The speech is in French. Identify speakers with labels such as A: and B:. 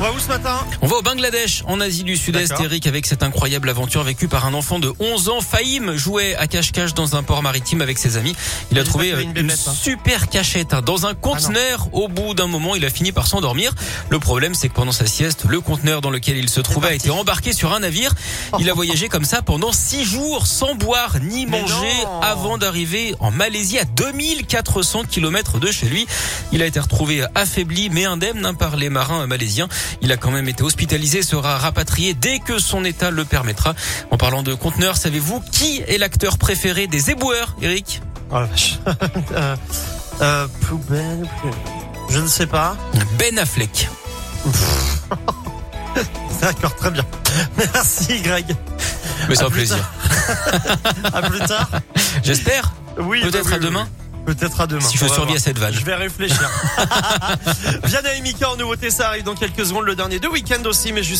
A: On va où ce matin
B: On va au Bangladesh, en Asie du Sud-Est,
A: D'accord.
B: Eric, avec cette incroyable aventure vécue par un enfant de 11 ans. Fahim jouait à cache-cache dans un port maritime avec ses amis. Il a
A: Il a
B: trouvé
A: pas trouvé
B: euh, une,
A: une bébête, hein. Ah
B: super cachette hein, dans un conteneur. au bout d'un moment, il a fini par s'endormir. Le problème, c'est que pendant sa sieste, le conteneur dans lequel il se trouvait a été embarqué sur un navire.
A: Oh.
B: Il a voyagé comme ça pendant 6 jours, sans boire ni
A: Mais
B: manger,
A: non.
B: avant d'arriver en Malaisie à 2400 km de chez lui. Il a été retrouvé affaibli mais indemne hein, par les marins malaisiens. Il a quand même été hospitalisé, sera rapatrié dès que son état le permettra. En parlant de conteneurs, savez-vous qui est l'acteur préféré des éboueurs, Eric
A: Oh la vache. Euh, euh, poubelle, poubelle. Je ne sais pas.
B: Ben Affleck.
A: D'accord, très bien. Merci Greg.
B: Mais c'est
A: À
B: un
A: plus
B: plaisir.
A: À plus tard.
B: J'espère.
A: Oui.
B: Peut-être
A: bah oui,
B: à demain.
A: oui, oui. Peut-être à demain.
B: Si je
A: On va
B: survis
A: voir.
B: à cette vanne.
A: Je vais réfléchir. Vianney et Mika en nouveauté, ça arrive dans quelques secondes. Le dernier de week-end aussi, mais juste.